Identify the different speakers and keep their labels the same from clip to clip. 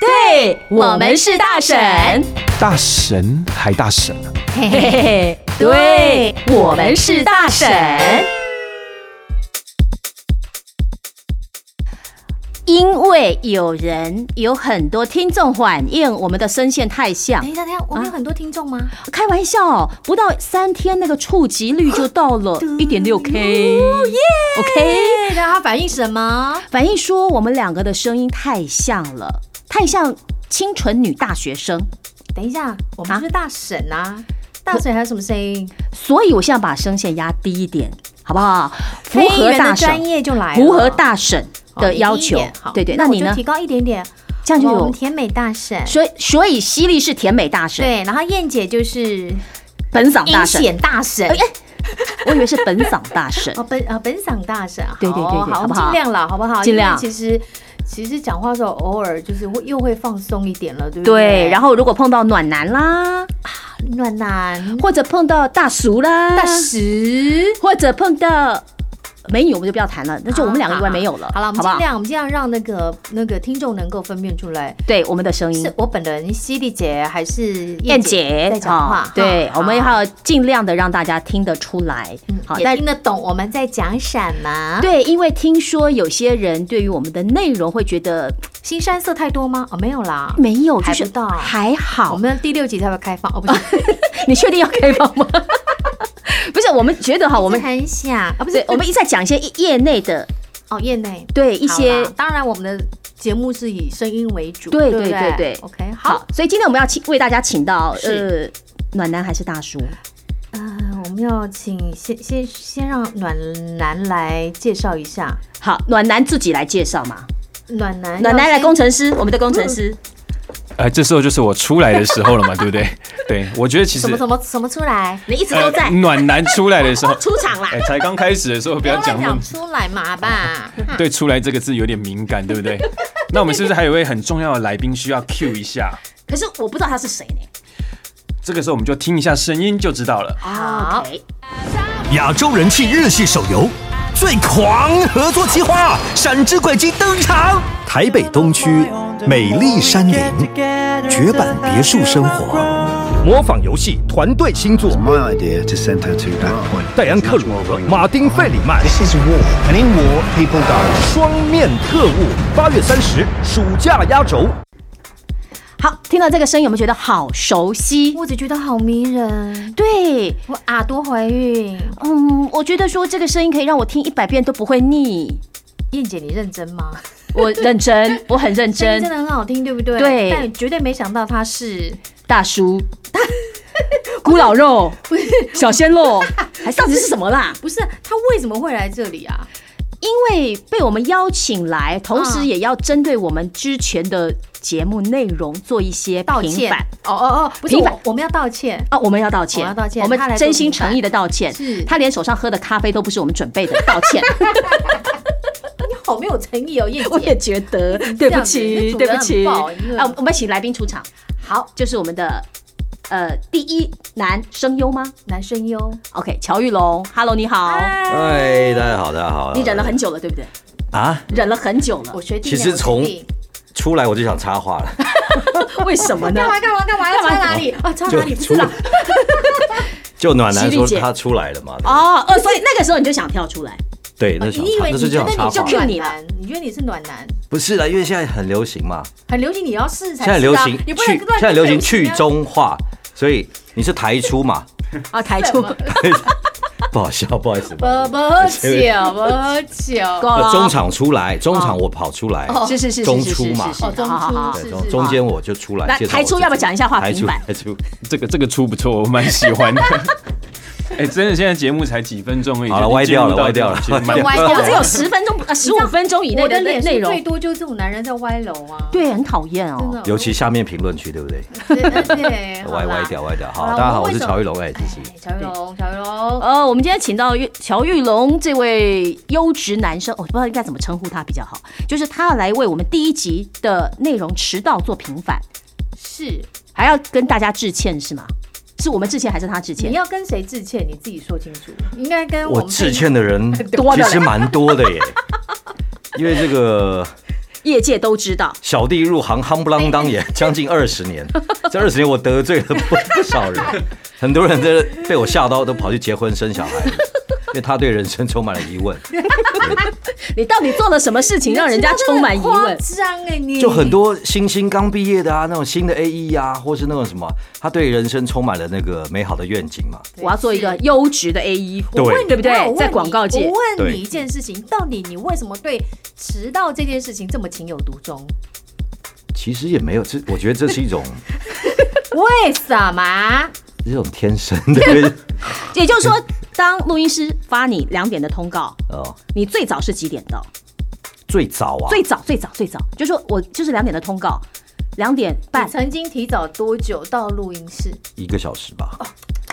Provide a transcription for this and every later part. Speaker 1: 嘿，我们是大婶，
Speaker 2: 大神还大神啊！
Speaker 1: 嘿嘿嘿，对，我们是大婶。因为有人有很多听众反映我们的声线太像
Speaker 3: 等，一下，等一下，我们有很多听众吗？
Speaker 1: 开玩笑哦，不到三天那个触及率就到了一点六 k，哦耶，OK。
Speaker 3: 对，
Speaker 1: 啊
Speaker 3: 那他反映什么？
Speaker 1: 反映说我们两个的声音太像了，太像清纯女大学生，
Speaker 3: 等一下，我们是不是大婶啊？大婶还有什么声音？
Speaker 1: 所以我现在把声线压低一点，好不好？符
Speaker 3: 飞
Speaker 1: 合
Speaker 3: 员
Speaker 1: 大
Speaker 3: 的专
Speaker 1: 婶，
Speaker 3: 业就来了，
Speaker 1: 符合大婶
Speaker 3: 好
Speaker 1: 的
Speaker 3: 你
Speaker 1: 要
Speaker 3: 低一
Speaker 1: 求
Speaker 3: 点好。
Speaker 1: 对对，那
Speaker 3: 那
Speaker 1: 你
Speaker 3: 我就
Speaker 1: 呢
Speaker 3: 提？高一点点，哦
Speaker 1: 这样就
Speaker 3: 我们
Speaker 1: 有。
Speaker 3: 甜美大婶。
Speaker 1: 所以，所以犀利是甜美大婶，
Speaker 3: 对，然后燕姐就是
Speaker 1: 本嗓大
Speaker 3: 音
Speaker 1: 婶。
Speaker 3: 显大婶
Speaker 1: 哎，我以为是本嗓大婶
Speaker 3: 哦，本啊本嗓大婶，
Speaker 1: 对对对对
Speaker 3: 好
Speaker 1: 好
Speaker 3: 好，
Speaker 1: 不好
Speaker 3: 尽量啦，好不好？
Speaker 1: 尽量
Speaker 3: 因为其实其实讲话的时候，偶尔就是会又会放松一点了，对不
Speaker 1: 对，然
Speaker 3: 后
Speaker 1: 后如果碰到暖男啦，
Speaker 3: 暖男
Speaker 1: 或者碰到大叔啦，
Speaker 3: 大使。
Speaker 1: 或者碰到美女，我们就不要谈了，那就我们两个以外没有了。
Speaker 3: 好了，我
Speaker 1: 好
Speaker 3: 们
Speaker 1: 不
Speaker 3: 尽
Speaker 1: 好？
Speaker 3: 量，我们尽量让那个那个听众能够分辨出来，
Speaker 1: 对我们的声音
Speaker 3: 是。我本人犀利姐还是
Speaker 1: 燕
Speaker 3: 姐
Speaker 1: 姐
Speaker 3: 在讲话？
Speaker 1: 哦对，
Speaker 3: 哈
Speaker 1: 我们
Speaker 3: 好
Speaker 1: 要
Speaker 3: 嗯
Speaker 1: 尽量的让大家听得出来。好，
Speaker 3: 也
Speaker 1: 但
Speaker 3: 听得懂我们在讲什么。，
Speaker 1: 对，因为听说有些人对于我们的内容会觉得
Speaker 3: 新山色太多吗？哦，没有啦，
Speaker 1: 没有，就
Speaker 3: 还
Speaker 1: 是
Speaker 3: 不到
Speaker 1: 还
Speaker 3: 我
Speaker 1: 好。
Speaker 3: 们第六集才会开放哦，不是，
Speaker 1: 你确定要开放吗？ 不是，我们觉得哈， 我
Speaker 3: 我
Speaker 1: 们
Speaker 3: 们很想啊，不是
Speaker 1: 对，我们一再讲一些业内的，
Speaker 3: 哦，业内
Speaker 1: 对一些
Speaker 3: 好啦当然我们的节目是以声音为主，
Speaker 1: 对
Speaker 3: 对不
Speaker 1: 对对对
Speaker 3: o k 好
Speaker 1: 好，，所以今天我们要请为大家请到呃
Speaker 3: 是
Speaker 1: 暖男还是大叔？
Speaker 3: 嗯、我们要请先先先让暖男来介绍一下，
Speaker 1: 好，暖男自己来介绍嘛。
Speaker 3: 暖男
Speaker 1: 暖男
Speaker 3: 要
Speaker 1: 来
Speaker 3: 先
Speaker 1: 工程师，我们的工程师，
Speaker 2: 哎，这时候就是我出来的时候了嘛，对不 对？对，我觉得其实
Speaker 3: 什么什么什么出来，
Speaker 1: 你一直
Speaker 2: 呃
Speaker 1: 都在，
Speaker 2: 暖男出来的时候
Speaker 1: 哦出场啦
Speaker 2: 哎，。才刚开始的时候不
Speaker 3: 不
Speaker 2: 要讲
Speaker 3: 乱
Speaker 2: 那么
Speaker 3: 讲出来嘛吧，
Speaker 2: 对“出来”这个字有点敏感，对不对？那我们是不是还有一位很重要的来宾需要 Q 一下？
Speaker 1: 可是我不知道他是谁呢。
Speaker 2: 这个时候我们就听一下声音就知道了。
Speaker 3: 好
Speaker 1: 啊 OK
Speaker 4: 亚洲人气日系手游最狂合作计划《闪之轨迹》登场，台北东区美丽山林绝版别墅生活，模仿游戏团队星座
Speaker 5: It's my idea to send her to that point.
Speaker 4: 戴安·克鲁格、马丁·费里曼
Speaker 5: This is war, and in war, people die.
Speaker 4: 双面特务，八月三十暑假压轴。
Speaker 1: 好，听到这个声音，有没有觉得好熟悉？
Speaker 3: 我只觉得好迷人，
Speaker 1: 对，
Speaker 3: 我耳朵怀孕，
Speaker 1: 嗯，我觉得说这个声音可以让我听一百遍都不会腻。
Speaker 3: 燕姐你认真 吗？
Speaker 1: 我认真，我很认
Speaker 3: 声音
Speaker 1: 真
Speaker 3: 真，的很好听，对不对？
Speaker 1: 对
Speaker 3: 但绝对没想到他是
Speaker 1: 大叔。 古老 肉，小鲜肉，还到底是什么啦？
Speaker 3: 不是他为什么会来这里啊？
Speaker 1: 因为被我们邀请来，同
Speaker 3: 嗯
Speaker 1: 时也要针对我们之前的节目内容做一些
Speaker 3: 道
Speaker 1: 平
Speaker 3: 歉
Speaker 1: 反。？
Speaker 3: 哦哦哦，不是
Speaker 1: 平反
Speaker 3: 我，我们要道歉。
Speaker 1: 啊，我们要道歉，
Speaker 3: 我们要道歉
Speaker 1: 我们
Speaker 3: 他来做
Speaker 1: 真心
Speaker 3: 平反
Speaker 1: 诚意的道歉。
Speaker 3: 是
Speaker 1: 他连手上喝的咖啡都不是我们准备的，道歉。
Speaker 3: 你好没有诚意哦，燕
Speaker 1: 我也
Speaker 3: 姐。
Speaker 1: 觉 得，对不
Speaker 3: 你
Speaker 1: 起，
Speaker 3: 主
Speaker 1: 对
Speaker 3: 人
Speaker 1: 不起。
Speaker 3: 很不好意思
Speaker 1: 啊，我们请来宾出场，
Speaker 3: 好，
Speaker 1: 就是我们的呃第一男声优吗
Speaker 3: 男生优，
Speaker 1: ？OK，乔玉龙，Hello，你好。
Speaker 6: 嗨，哎大家好，大家好。
Speaker 1: 你忍了很久了，对不对？
Speaker 6: 啊？
Speaker 1: 忍了很久了
Speaker 3: 我，学弟
Speaker 6: 其
Speaker 3: 呢。
Speaker 6: 实
Speaker 3: 我学
Speaker 6: 从
Speaker 3: 弟
Speaker 6: 出来我就想插话 了，
Speaker 1: 为什么呢
Speaker 3: 干？嘛干嘛干嘛要
Speaker 1: 干嘛
Speaker 3: 插哪里啊？插
Speaker 6: 就
Speaker 3: 哪里不
Speaker 6: 出
Speaker 3: 是啦？
Speaker 6: 就暖男
Speaker 1: 犀利
Speaker 6: 说
Speaker 1: 姐
Speaker 6: 他出来了嘛。
Speaker 1: 哦，呃，所以那个时候你就想跳出来，
Speaker 6: 对，那想
Speaker 3: 哦你以
Speaker 6: 插，
Speaker 3: 为
Speaker 6: 那
Speaker 3: 你
Speaker 6: 是
Speaker 3: 觉
Speaker 6: 就
Speaker 3: 得
Speaker 6: 想
Speaker 3: 你
Speaker 6: 插话
Speaker 3: 就。
Speaker 1: 就
Speaker 3: 暖
Speaker 1: 你
Speaker 3: 男？你觉得你是暖男？
Speaker 6: 不是啦，因为现在很流行嘛，
Speaker 3: 很流行，你要试才
Speaker 6: 现在
Speaker 3: 知
Speaker 6: 流
Speaker 3: 道
Speaker 6: 行
Speaker 3: 你
Speaker 6: 去，
Speaker 3: 不能乱
Speaker 6: 现在流行去
Speaker 3: 啊。
Speaker 6: 中化，所以你是台出嘛？
Speaker 3: 哦
Speaker 1: 啊，台出
Speaker 6: 不好笑，不好意思。
Speaker 3: 不不久不久，
Speaker 1: 够
Speaker 6: 呃
Speaker 1: 了
Speaker 6: 中场出来，中场我跑出来，
Speaker 1: 是是是是
Speaker 6: 中
Speaker 1: 是
Speaker 6: 出
Speaker 1: 是
Speaker 6: 嘛
Speaker 1: 是哦是，
Speaker 3: 哦中
Speaker 1: 好好好
Speaker 3: 出
Speaker 6: 对，
Speaker 3: 是
Speaker 6: 中
Speaker 3: 是
Speaker 6: 中间我就出来
Speaker 1: 那
Speaker 6: 介绍我自己。
Speaker 1: 台出要不要讲一下话
Speaker 6: 台
Speaker 1: 平
Speaker 6: 出
Speaker 1: 板
Speaker 6: 台出，
Speaker 2: 这个这个出不错，我蛮喜欢的。 哎，真的，现在节目才几分钟而已，
Speaker 6: 好了
Speaker 2: 就已
Speaker 6: 歪
Speaker 2: 经进入
Speaker 6: 掉了
Speaker 2: 到
Speaker 6: 歪
Speaker 2: 这种
Speaker 6: 掉了
Speaker 2: 节目
Speaker 3: 歪掉了
Speaker 1: 我们只有十分钟呃十五分钟以内
Speaker 3: 我的
Speaker 1: 的
Speaker 3: 脸
Speaker 1: 内
Speaker 3: 书
Speaker 1: 内
Speaker 3: 最
Speaker 1: 容，
Speaker 3: 多就是这种男人在歪楼啊，
Speaker 1: 对，很讨厌
Speaker 3: 真
Speaker 1: 哦。
Speaker 3: 的，
Speaker 6: 尤其下面评论区，对不对？
Speaker 3: 对对，好
Speaker 6: 歪
Speaker 3: 啦
Speaker 6: 歪掉，。歪掉。好，
Speaker 3: 好啦
Speaker 6: 大家好，
Speaker 3: 我
Speaker 6: 我
Speaker 3: 们
Speaker 6: 是
Speaker 3: 为什么
Speaker 6: 乔玉龙，哎，这是
Speaker 3: 哎小玉龙，小玉龙，
Speaker 1: 呃，我们今天请到玉乔玉龙这位优质男生，哦我、不知道应该怎么称呼他比较好，就是他要来为我们第一集的内容迟到做平反，
Speaker 3: 是
Speaker 1: 还要跟大家致歉是吗？是我们致歉还是他致
Speaker 3: 你
Speaker 1: 歉？
Speaker 3: 要跟谁致歉？你自己说清楚，应该跟
Speaker 6: 我
Speaker 3: 们
Speaker 6: 致歉的人
Speaker 1: 多
Speaker 6: 其
Speaker 1: 的嘞
Speaker 6: 实蛮多的耶，因为这个
Speaker 1: 业界都知道。
Speaker 6: 小弟入行夯不啷当
Speaker 1: 哎
Speaker 6: 也将近二十 年，这二十年我得罪了不不少人，很多人都被我吓到，都跑去结婚生小孩了， 因为他对人生充满了疑问。
Speaker 1: 嗯你到底做了什么事情让人家充满疑问？
Speaker 3: 真的很夸张哎，你
Speaker 6: 就很多新兴刚毕业的啊，那种新的 A E 啊，或是那种什么，他对人生充满了那个美好的愿景嘛。
Speaker 1: 我要做一个优质的 A 一，
Speaker 6: 对
Speaker 3: 问你
Speaker 1: 对不
Speaker 3: 那我
Speaker 1: 对？
Speaker 3: 问
Speaker 1: 在
Speaker 3: 你
Speaker 1: 广告界
Speaker 3: 我，问
Speaker 6: 对
Speaker 3: 你一件事情，到底你为什么对迟到这件事情这么情有独钟？
Speaker 6: 其实也没有，这我觉得这是 一种
Speaker 3: 为什么？
Speaker 6: 这种天生 的
Speaker 1: 也就是说，当录音师发你两点的通告，
Speaker 6: 哦，
Speaker 1: 你最早是几点到？
Speaker 6: 最早啊，
Speaker 1: 最早最早最早，就说我就是两点的通告，两点半
Speaker 3: 你，曾经提早多久到录音室？
Speaker 6: 一个小时吧，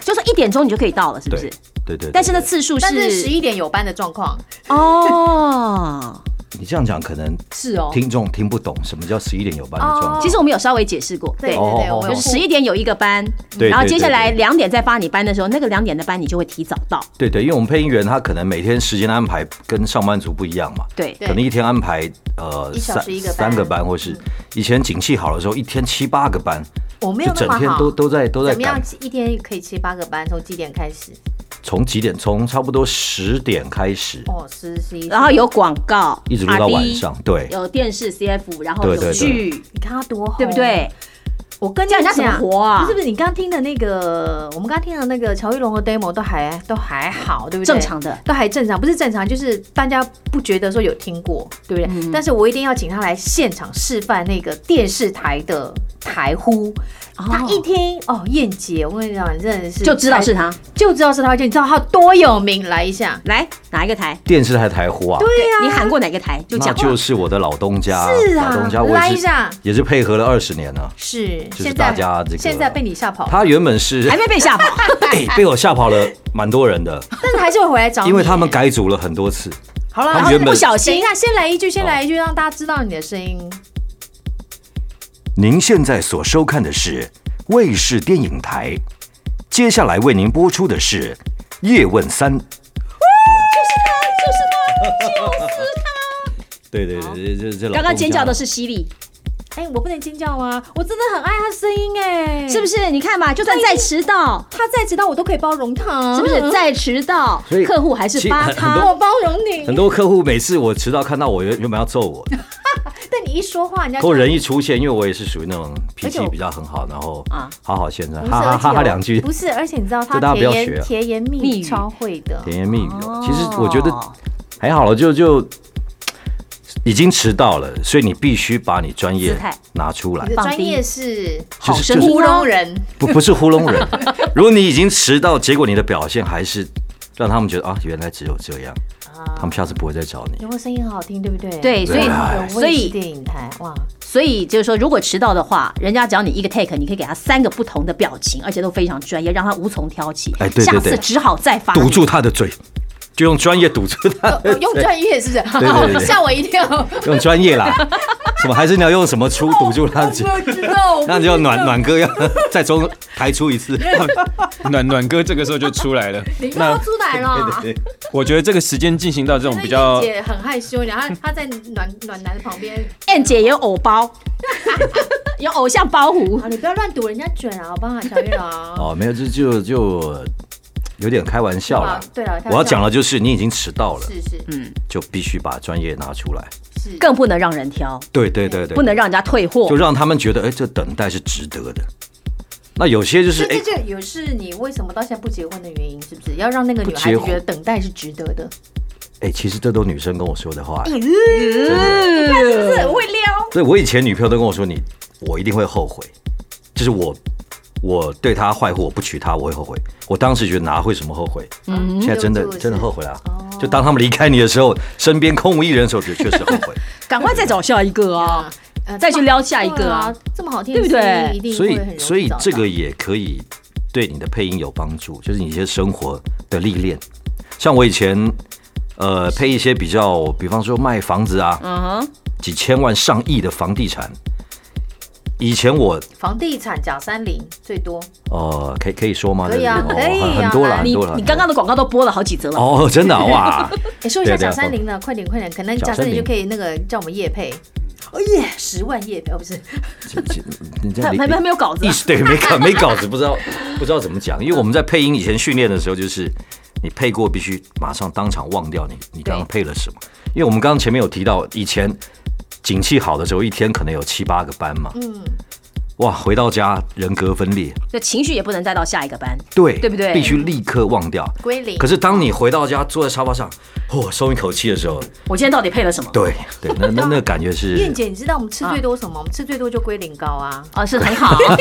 Speaker 1: 就说一点钟你就可以到了，是不
Speaker 6: 对
Speaker 1: 哦是？
Speaker 6: 对对对。
Speaker 1: 但是呢，次数
Speaker 3: 但是十
Speaker 1: 是
Speaker 3: 一点有班的状况
Speaker 1: 哦。
Speaker 6: 你这样讲可能
Speaker 3: 是哦。
Speaker 6: 听众听不懂什么叫十一点有班的状况。
Speaker 1: 其实我们有稍微解释过，
Speaker 3: 对对
Speaker 6: 哦
Speaker 3: 对，
Speaker 6: 哦
Speaker 3: 我有
Speaker 6: 哦
Speaker 1: 就是十一点有一个班，
Speaker 6: 对
Speaker 1: 然后
Speaker 6: 对
Speaker 1: 接下
Speaker 6: 对
Speaker 1: 来
Speaker 6: 对
Speaker 1: 两点再发你班的时候，那个两点的班你就会提早到。
Speaker 6: 对对，因为我们配音员他可能每天时间的安排跟上班族不一样嘛，
Speaker 1: 对，
Speaker 3: 对
Speaker 6: 可能一天安排呃
Speaker 3: 一小时一个班嗯
Speaker 6: 三个班，或是以前景气好的时候一天七八个班，
Speaker 3: 我没有
Speaker 6: 就
Speaker 3: 那
Speaker 6: 整
Speaker 3: 么
Speaker 6: 天
Speaker 3: 好。
Speaker 6: 都都在都在
Speaker 3: 怎么样
Speaker 6: 赶，？
Speaker 3: 一天可以七八个班，从几点开始？
Speaker 6: 从几点？从差不多十点开始，
Speaker 3: 哦，十十一。
Speaker 1: 然后有广告，
Speaker 6: 一直录到
Speaker 1: RD
Speaker 6: 晚上。对，
Speaker 1: 有电视 CF，然后
Speaker 6: 对
Speaker 1: 有
Speaker 6: 对对
Speaker 1: 剧，
Speaker 3: 你看他多啊红，
Speaker 1: 对不？对？
Speaker 3: 哦我跟你
Speaker 1: 这样
Speaker 3: 讲，
Speaker 1: 人家怎么活啊
Speaker 3: 不是不是，你刚刚听的那个，我们刚刚听的那个乔玉龙的 demo 都还都还好，对不对？
Speaker 1: 正常的，
Speaker 3: 都还正常，不是正常，就是大家不觉得说有听过，对不对？但是我一定要请他来现场示范那个电视台的台呼，他一听哦，燕姐，我跟你讲，你真的是
Speaker 1: 就知道是，他。
Speaker 3: 就知道是他，而且你知道他多有名，来一下，
Speaker 1: 来哪一个台？
Speaker 6: 电视台台呼啊，
Speaker 1: 对呀，你喊过哪个台就
Speaker 6: 那
Speaker 1: 讲。
Speaker 6: 就是我的老东家，
Speaker 3: 是啊
Speaker 6: 老东家，我
Speaker 3: 来
Speaker 6: 也
Speaker 3: 一
Speaker 6: 是
Speaker 3: 下
Speaker 6: 也是配合了二十年了。
Speaker 3: 是，
Speaker 6: 就是
Speaker 3: 现在
Speaker 6: 大家这个
Speaker 3: 现在被你吓跑，
Speaker 6: 他原本是
Speaker 1: 还没被吓跑，
Speaker 6: 哎被我吓跑了蛮多人的，
Speaker 3: 但是还是会回来找你，
Speaker 6: 因为他们改组了很多次。
Speaker 3: 好了，
Speaker 6: 他
Speaker 3: 然
Speaker 6: 们
Speaker 3: 后
Speaker 6: 原本哦
Speaker 1: 不小
Speaker 3: 等一
Speaker 1: 心
Speaker 3: 下，先来一句，先来一句，让大家知道你的声音。
Speaker 4: 您现在所收看的是卫视电影台，接下来为您播出的是《叶问三》。
Speaker 6: 对对对，这这这老
Speaker 1: 刚刚
Speaker 6: 东家
Speaker 1: 尖叫的是犀利，
Speaker 3: 哎、我不能尖叫吗？我真的很爱他的声音哎、
Speaker 1: 是不
Speaker 3: 是？
Speaker 1: 是？你看嘛，就算再迟到，
Speaker 3: 他再迟到我都可以包容他，啊
Speaker 1: 是不是？再迟到
Speaker 6: 所以，
Speaker 1: 客户还是
Speaker 6: 其
Speaker 1: 发
Speaker 6: 很
Speaker 1: 他
Speaker 6: 很。
Speaker 3: 我包容你
Speaker 6: 很，多客户每次我迟到看到我原原本要揍 我，
Speaker 3: 但你一说话，人家
Speaker 6: 可我人一出现，因为我也是属于那种脾
Speaker 3: 而且
Speaker 6: 气
Speaker 3: 我
Speaker 6: 比较很好，然后
Speaker 1: 啊
Speaker 6: 好好先生，
Speaker 3: 不是
Speaker 6: 哈
Speaker 3: 而且
Speaker 6: 哈哈
Speaker 3: 有
Speaker 6: 哈两句
Speaker 3: 不，是，而且你知道
Speaker 6: 这大
Speaker 3: 他
Speaker 6: 家不要
Speaker 3: 甜
Speaker 6: 学
Speaker 3: 言
Speaker 6: 啊
Speaker 3: 甜言
Speaker 1: 蜜
Speaker 3: 蜜
Speaker 1: 语
Speaker 3: 语超会的，
Speaker 6: 甜言蜜语哦。其实我觉得还好了，就就已经迟到了，所以你必须把你专业
Speaker 1: 姿态
Speaker 6: 拿出来
Speaker 3: 你，的
Speaker 1: 放
Speaker 3: 专
Speaker 1: 低
Speaker 3: 业是
Speaker 1: 好
Speaker 6: 就是
Speaker 1: 声
Speaker 6: 就是
Speaker 1: 音
Speaker 3: 糊
Speaker 1: 哦
Speaker 3: 弄，人，
Speaker 6: 不不是糊弄人。 如果你已经迟到，结果你的表现还是让他们觉得啊，原来只有这样，他们下次不会再找你。
Speaker 3: 然后声音很好听，对不对？
Speaker 1: 对所以
Speaker 6: 啊
Speaker 3: 有
Speaker 1: 所以
Speaker 3: 卫视电影台哇，
Speaker 1: 所以就是说，如果迟到的话，人家只要你一个 take，你可以给他三个不同的表情，而且都非常专业，让他无从挑起。
Speaker 6: 哎对对
Speaker 1: 下
Speaker 6: 对
Speaker 1: 次只好再发你。
Speaker 6: 堵住他的嘴，就用专业 堵住他 的
Speaker 3: 呃用专业是不是？
Speaker 6: 对对对
Speaker 3: 吓我一跳，
Speaker 6: 用专业啦，什么还是你要用什么出堵住 他嘴？
Speaker 3: 我知道，我不
Speaker 6: 那就要暖暖哥要再中排出一次。
Speaker 2: 暖暖哥这个时候就出来了。
Speaker 3: 你刚刚出来了。
Speaker 6: 对
Speaker 2: 我觉得这个时间进行到这种比
Speaker 3: 那
Speaker 2: 较
Speaker 3: 燕姐很害羞，然后她在暖暖男旁边，
Speaker 1: 燕姐也有偶包， 有偶像包袱
Speaker 3: 啊，。你不要乱堵人家嘴啊，好不好，小月 老？
Speaker 6: 哦，没有，这就就有点开玩笑啦。
Speaker 3: 对了，开玩笑
Speaker 6: 我要讲的就是你已经迟到了，
Speaker 3: 是是
Speaker 6: 就必须把专业拿出来。
Speaker 3: 是，
Speaker 1: 更不能让人挑，
Speaker 6: 对对对对，
Speaker 1: 不能让人家退货
Speaker 6: 就。让他们觉得，哎，这等待是值得的。那有些就是，
Speaker 3: 这
Speaker 6: 哎
Speaker 3: 这，这有是你为什么到现在不结婚的原因，是不是？要让那个女
Speaker 6: 不
Speaker 3: 孩
Speaker 6: 结
Speaker 3: 子
Speaker 6: 婚
Speaker 3: 觉得等待是值得的，
Speaker 6: 哎，其实这都女生跟我说的话。哎
Speaker 3: 嗯是很会撩。
Speaker 6: 对我以前女朋友都跟我说，你我一定会后悔，就是我我对她坏或我不娶她，我会后悔。我当时觉得哪会什么后悔，
Speaker 3: 嗯
Speaker 6: 现在真的
Speaker 3: 留住是
Speaker 6: 真的后悔了啊。
Speaker 3: 哦
Speaker 6: 就当他们离开你的时候，身边空无一人的时候，就确实后悔。
Speaker 1: 赶快再找下一个
Speaker 6: 哦
Speaker 1: 啊！
Speaker 3: 呃
Speaker 1: 再去撩下一个啊
Speaker 3: 对啊，这么好听，
Speaker 1: 对不对
Speaker 3: 一定
Speaker 6: 所
Speaker 3: 会
Speaker 6: 以
Speaker 3: 很容易
Speaker 6: 所以
Speaker 3: 找到
Speaker 6: 这个也可以对你的配音有帮助，就是你一些生活的历练。像我以前呃配一些比较，比方说卖房子啊，
Speaker 1: 嗯
Speaker 6: 几千万上亿的房地产。以前我
Speaker 3: 房地产假三零最多，
Speaker 6: 呃，可以可以说吗？
Speaker 3: 可以啊
Speaker 6: 这个
Speaker 3: 可以啊
Speaker 6: 哦、很很多了，
Speaker 3: 来
Speaker 6: 很
Speaker 1: 你
Speaker 6: 多了。
Speaker 1: 你刚刚的广告都播了好几则了，
Speaker 6: 哦，真的啊哇，
Speaker 3: 你说一下
Speaker 6: 对对
Speaker 3: 假
Speaker 6: 啊
Speaker 3: 三零呢，快点快点，可能
Speaker 6: 假
Speaker 3: 假三零
Speaker 6: 30
Speaker 3: 就可以那个叫我们叶配，哦耶，十万夜票不是？
Speaker 6: 你这
Speaker 1: 还
Speaker 6: 里
Speaker 1: 还还没有稿子
Speaker 6: 意
Speaker 1: 啊，
Speaker 6: 识对没稿没稿子，不知道不知道怎么讲，因为我们在配音以前训练的时候，就是你配过必须马上当场忘掉你你刚刚配了什么，因为我们刚刚前面有提到，以前景气好的时候，一天可能有七八个班嘛，嗯，哇，回到家人格分裂，
Speaker 1: 就情绪也不能带到下一个班。
Speaker 6: 对
Speaker 1: 对不对
Speaker 6: 必须立刻忘掉。
Speaker 3: 归零
Speaker 6: 可是当你回到家坐在沙发上，嚯，松一口气的时候，
Speaker 1: 我今天到底配了什么？
Speaker 6: 对对，那那那个感 觉是
Speaker 3: 燕姐，你知道我们吃最多什么？我们吃最多就龟苓膏啊，
Speaker 1: 哦，是很好
Speaker 6: 啊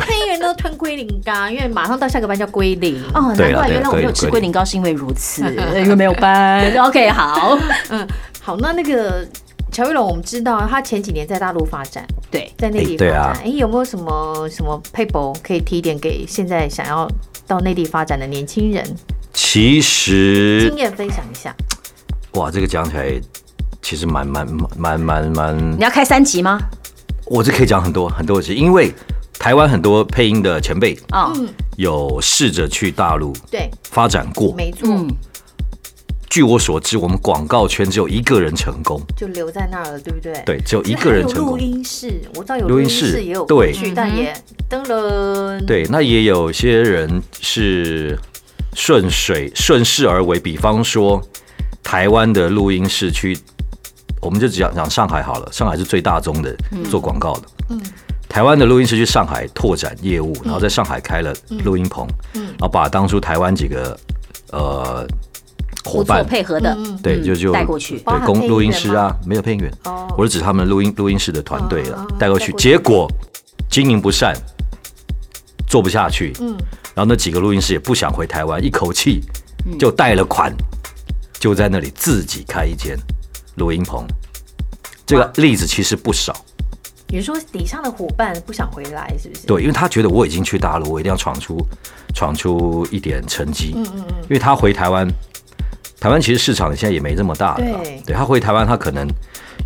Speaker 3: 配音员都吞龟苓膏，因为马上到下个班叫龟 苓。
Speaker 1: 哦，难
Speaker 6: 对了
Speaker 1: 怪
Speaker 6: 对了
Speaker 1: 原来我没有吃
Speaker 6: 龟
Speaker 1: 龟
Speaker 6: 苓
Speaker 1: 苓膏是因为如 此，因为没有班。OK，好，
Speaker 3: 好，那那个乔玉龙，我们知道他前几年在大陆发展，
Speaker 1: 对，
Speaker 3: 在内地
Speaker 6: 哎
Speaker 3: 发
Speaker 6: 对
Speaker 3: 展，哎、
Speaker 6: 啊
Speaker 3: 有没有什么什么 paper 可以提点给现在想要到内地发展的年轻人，
Speaker 6: 其实
Speaker 3: 经验分享一下？
Speaker 6: 哇，这个讲起来其实蛮蛮蛮蛮蛮
Speaker 1: 你，要开三级吗？
Speaker 6: 我这可以讲很多很多事，因为台湾很多配音的前辈
Speaker 1: 哦，
Speaker 6: 有试着去大陆
Speaker 3: 对，
Speaker 6: 发展过。
Speaker 3: 没错，
Speaker 6: 据我所知，我们广告圈只有一个人成功，
Speaker 3: 就留在那儿了，对不对？
Speaker 6: 对，只有一个人
Speaker 3: 其实还
Speaker 6: 成
Speaker 3: 有录
Speaker 6: 功。
Speaker 3: 音室，我知道有
Speaker 6: 录
Speaker 3: 录
Speaker 6: 音
Speaker 3: 音
Speaker 6: 室
Speaker 3: 室也有
Speaker 6: 对
Speaker 3: 去，但也登了。
Speaker 6: 对，那也有些人是顺水顺势而为，比方说台湾的录音室去，我们就只讲讲上海好了，上海是最大宗的做广告的。嗯，台湾的录音室去上海拓展业务，然后在上海开了录音棚，然后把当初台湾几个呃伙
Speaker 1: 不错，
Speaker 6: 伴。
Speaker 1: 配合的，
Speaker 6: 对，
Speaker 3: 嗯
Speaker 6: 就就
Speaker 1: 带过去
Speaker 6: 对
Speaker 3: 包，含配
Speaker 6: 公
Speaker 3: 音
Speaker 6: 录音
Speaker 3: 员
Speaker 6: 师
Speaker 3: 吗
Speaker 6: 啊，没有配音员，
Speaker 3: 哦
Speaker 6: 我是指他们录音录音室的团队了
Speaker 3: 哦哦，
Speaker 6: 带过
Speaker 3: 带
Speaker 6: 去，
Speaker 3: 过去
Speaker 6: 结果经营不善，做不下去，嗯，然后那几个录音师也不想回台湾，一口气
Speaker 3: 嗯
Speaker 6: 就贷了款，就在那里自己开一间录音棚，这个例子其实不少，
Speaker 3: 你说底上的伙伴不想回来，是不是？
Speaker 6: 对，因为他觉得我已经去大陆，我一定要闯出闯出一点成绩。嗯嗯嗯。因为他回台湾，台湾其实市场现在也没这么大了啦。
Speaker 3: 对
Speaker 6: 他回台湾，他可能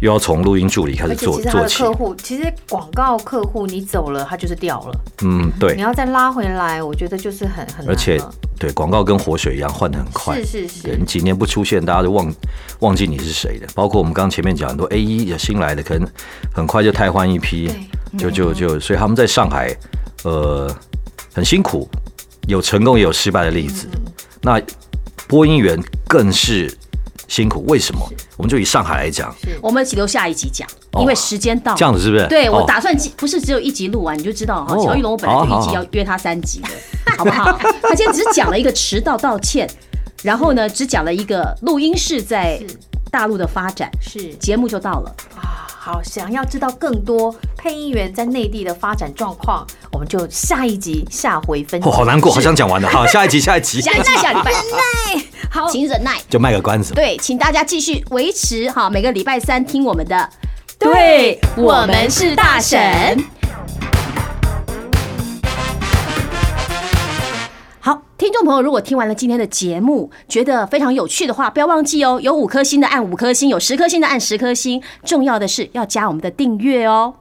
Speaker 6: 又要从录音助理开始
Speaker 3: 而且
Speaker 6: 做
Speaker 3: 其实他
Speaker 6: 做
Speaker 3: 的
Speaker 6: 起
Speaker 3: 客。户，其实广告客户你走了，他就是掉了，
Speaker 6: 嗯，
Speaker 3: 你
Speaker 6: 对。
Speaker 3: 要再拉回来，我觉得就是很很难了。
Speaker 6: 而且对广告跟活水一样换的很快。
Speaker 3: 嗯是是是
Speaker 6: 对你几年不出现，大家就忘忘记你是谁了。包括我们刚刚前面讲很多 A 一也新来的，可能很快就汰换一批，就就就，所以他们在上海，呃，很辛苦，有成功也有失败的例子。
Speaker 1: 嗯
Speaker 6: 那播音员更是辛苦，为什么？我们就以上海来讲，
Speaker 1: 我们留下一集讲，因为时间到。
Speaker 6: 这样子是不是？
Speaker 1: 对，我
Speaker 6: 哦
Speaker 1: 打算几不是只有一集录完你就知道哈。
Speaker 6: 哦
Speaker 1: 乔玉龙，我本来
Speaker 6: 好
Speaker 1: 就
Speaker 6: 好
Speaker 1: 一集
Speaker 6: 好
Speaker 1: 要约他三集的， 好不好？他今天只是讲了一个迟到道歉，然后呢，只讲了一个录音室在
Speaker 3: 是
Speaker 1: 大陆的发展，
Speaker 3: 是
Speaker 1: 节目就到了。
Speaker 3: 啊，好，想要知道更多配音员在内地的发展状况，我们就下一集下回分
Speaker 6: 哦，
Speaker 3: 享。
Speaker 6: 好难过，好想讲完了。好，下一集，下一集
Speaker 1: 下一集下礼拜，好，请忍耐。
Speaker 6: 就卖个关子。
Speaker 1: 对，请大家继续维持哈，每个礼拜三听我们的。
Speaker 3: 对
Speaker 1: 我们是大神。好，听众朋友，如果听完了今天的节目，觉得非常有趣的话，不要忘记哦，有五颗星的按五颗星，有十颗星的按十颗星，重要的是要加我们的订阅哦。